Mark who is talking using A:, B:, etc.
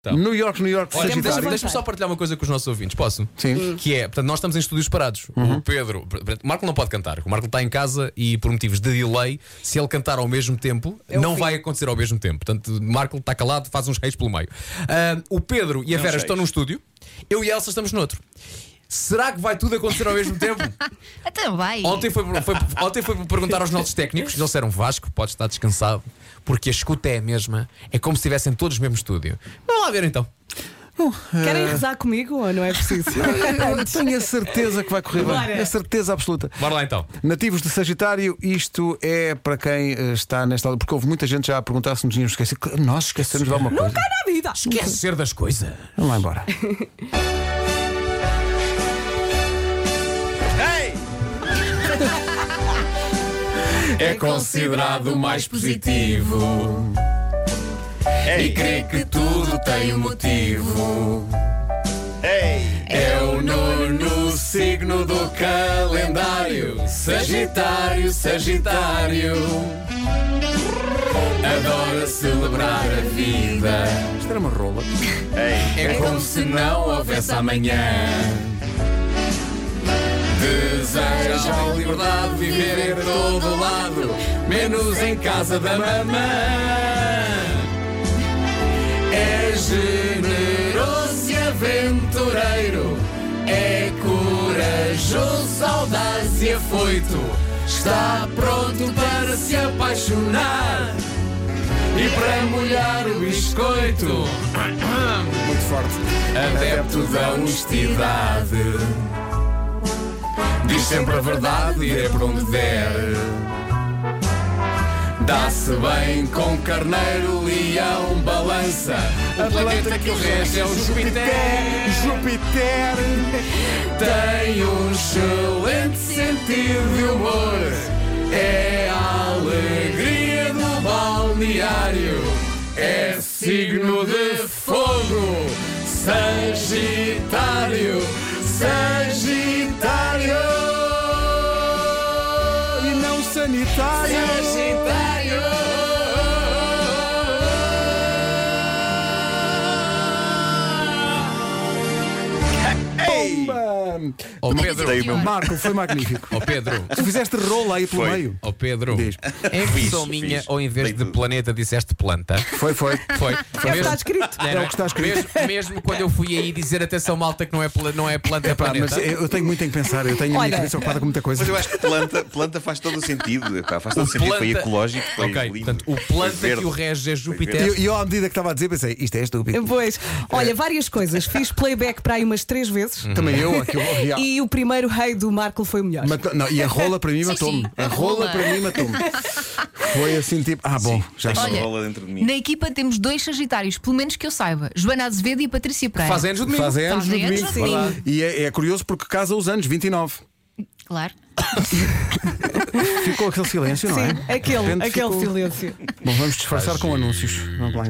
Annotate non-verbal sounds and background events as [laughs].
A: Então.
B: New York, New York,
A: Olha,
B: Sagitário.
A: deixa- deixa-me só partilhar uma coisa com os nossos ouvintes, posso?
B: Sim.
A: Que é, portanto, nós estamos em estúdios parados. O Pedro, o Marco não pode cantar. O Marco está em casa e, por motivos de delay, se ele cantar ao mesmo tempo,
C: o
A: não
C: fim.
A: vai acontecer ao mesmo tempo. Portanto, o Marco está calado, faz uns reis pelo meio. Ah, o Pedro e a Vera
D: reis.
A: estão num estúdio, eu e a Elsa estamos noutro. Será que vai tudo acontecer ao mesmo tempo?
E: Até vai.
A: Ontem foi, foi- ontem foi perguntar aos nossos técnicos, eles disseram Vasco, podes estar descansado, porque a escuta é a mesma, é como se estivessem todos no mesmo estúdio. Vamos lá ver então.
C: Querem rezar comigo ou não é [laughs] preciso?
B: Eu [laughs] tenho a certeza que vai correr
C: Bora.
B: bem. A certeza absoluta.
A: Bora lá então.
B: Nativos de Sagitário, isto é para quem eh, está nesta altura, porque houve muita gente já a perguntar se nos tínhamos esquecido. Claro, Nós esquecemos de alguma coisa.
C: Na vida!
A: Esquecer das coisas.
B: Vamos lá embora.
A: É
E: considerado mais positivo.
D: Ei,
E: Crê que tudo tem um motivo.
D: ei,
E: É o
A: nono signo do calendário. Sagitário, Sagitário. Adora celebrar a vida.
B: Isto era uma rola.
D: ei.
A: É como se não houvesse amanhã. Deseja a liberdade de viver em todo lado, menos em casa da mamã. É generoso e aventureiro, é corajoso, audaz e afoito. Está pronto para se apaixonar e para molhar o biscoito
B: Muito forte.
A: adepto da honestidade. Diz sempre a verdade e é por onde der. Dá-se bem com carneiro, leão, balança. O planeta que o rege é o Júpiter.
B: Júpiter.
A: Tem um excelente sentido de humor. É a alegria do balneário. É signo de fogo. Sagitário. Sagitário.
B: E não sanitário.
A: Sagitário. Oh
D: Dei o meu-
B: Marco, É um foi magnífico.
A: [laughs] oh Pedro,
B: Tu fizeste rola aí pelo
D: Foi.
B: meio.
A: Ó Pedro,
B: Diz.
A: em versão
D: Fiz,
A: minha,
D: fiz.
A: ou em vez
D: Dei
A: de
D: tudo.
A: planeta, disseste planta?
B: Foi, foi.
A: Foi.
C: É o que está escrito.
A: Não,
B: É
A: não.
B: o que está escrito.
A: Mesmo, mesmo quando eu fui aí dizer atenção malta que não é, pla- não é planta, é
B: Pá, Ah, mas
A: planeta.
B: eu eu tenho muito em que pensar. Eu tenho a minha
C: Olha.
B: cabeça ocupada com muita coisa.
D: Mas eu acho que planta, planta faz todo o sentido. pá, faz todo o sentido. Foi
A: planta-
D: ecológico, foi
A: ok,
D: é lindo.
A: portanto, o
D: foi
A: planta
D: verde.
A: que o rege é
B: E
A: Júpiter.
B: eu- e eu, à medida que estava a dizer, pensei, isto é estúpido.
C: Pois, olha, várias coisas. Fiz playback para aí umas três vezes
B: Também eu, aquilo. real.
C: [laughs] e o primeiro rei do Marco foi o melhor.
B: Matou- não, e a rola para mim
E: Sim,
B: matou-me.
E: sim,
B: A
E: a
B: rola
E: rola.
B: para mim matou-me. Foi assim tipo, ah, bom, já
D: Tem
B: sei.
D: uma
E: Olha,
D: bola dentro de mim.
E: Na equipa temos dois Sagitários, pelo menos que eu saiba: Joana Azevedo e Patrícia Pereira. Tá,
A: Faz anos de mim.
B: Fazem anos no
E: Fazem
B: domingo.
E: anos no domingo.
B: Olá. E é, é curioso porque casa os anos, 29.
E: Claro.
B: Ficou aquele silêncio, não é?
C: Sim,
B: De
C: aquele,
B: repente
C: aquele
B: ficou-
C: silêncio.
B: Bom, vamos disfarçar com anúncios. Vamos lá então.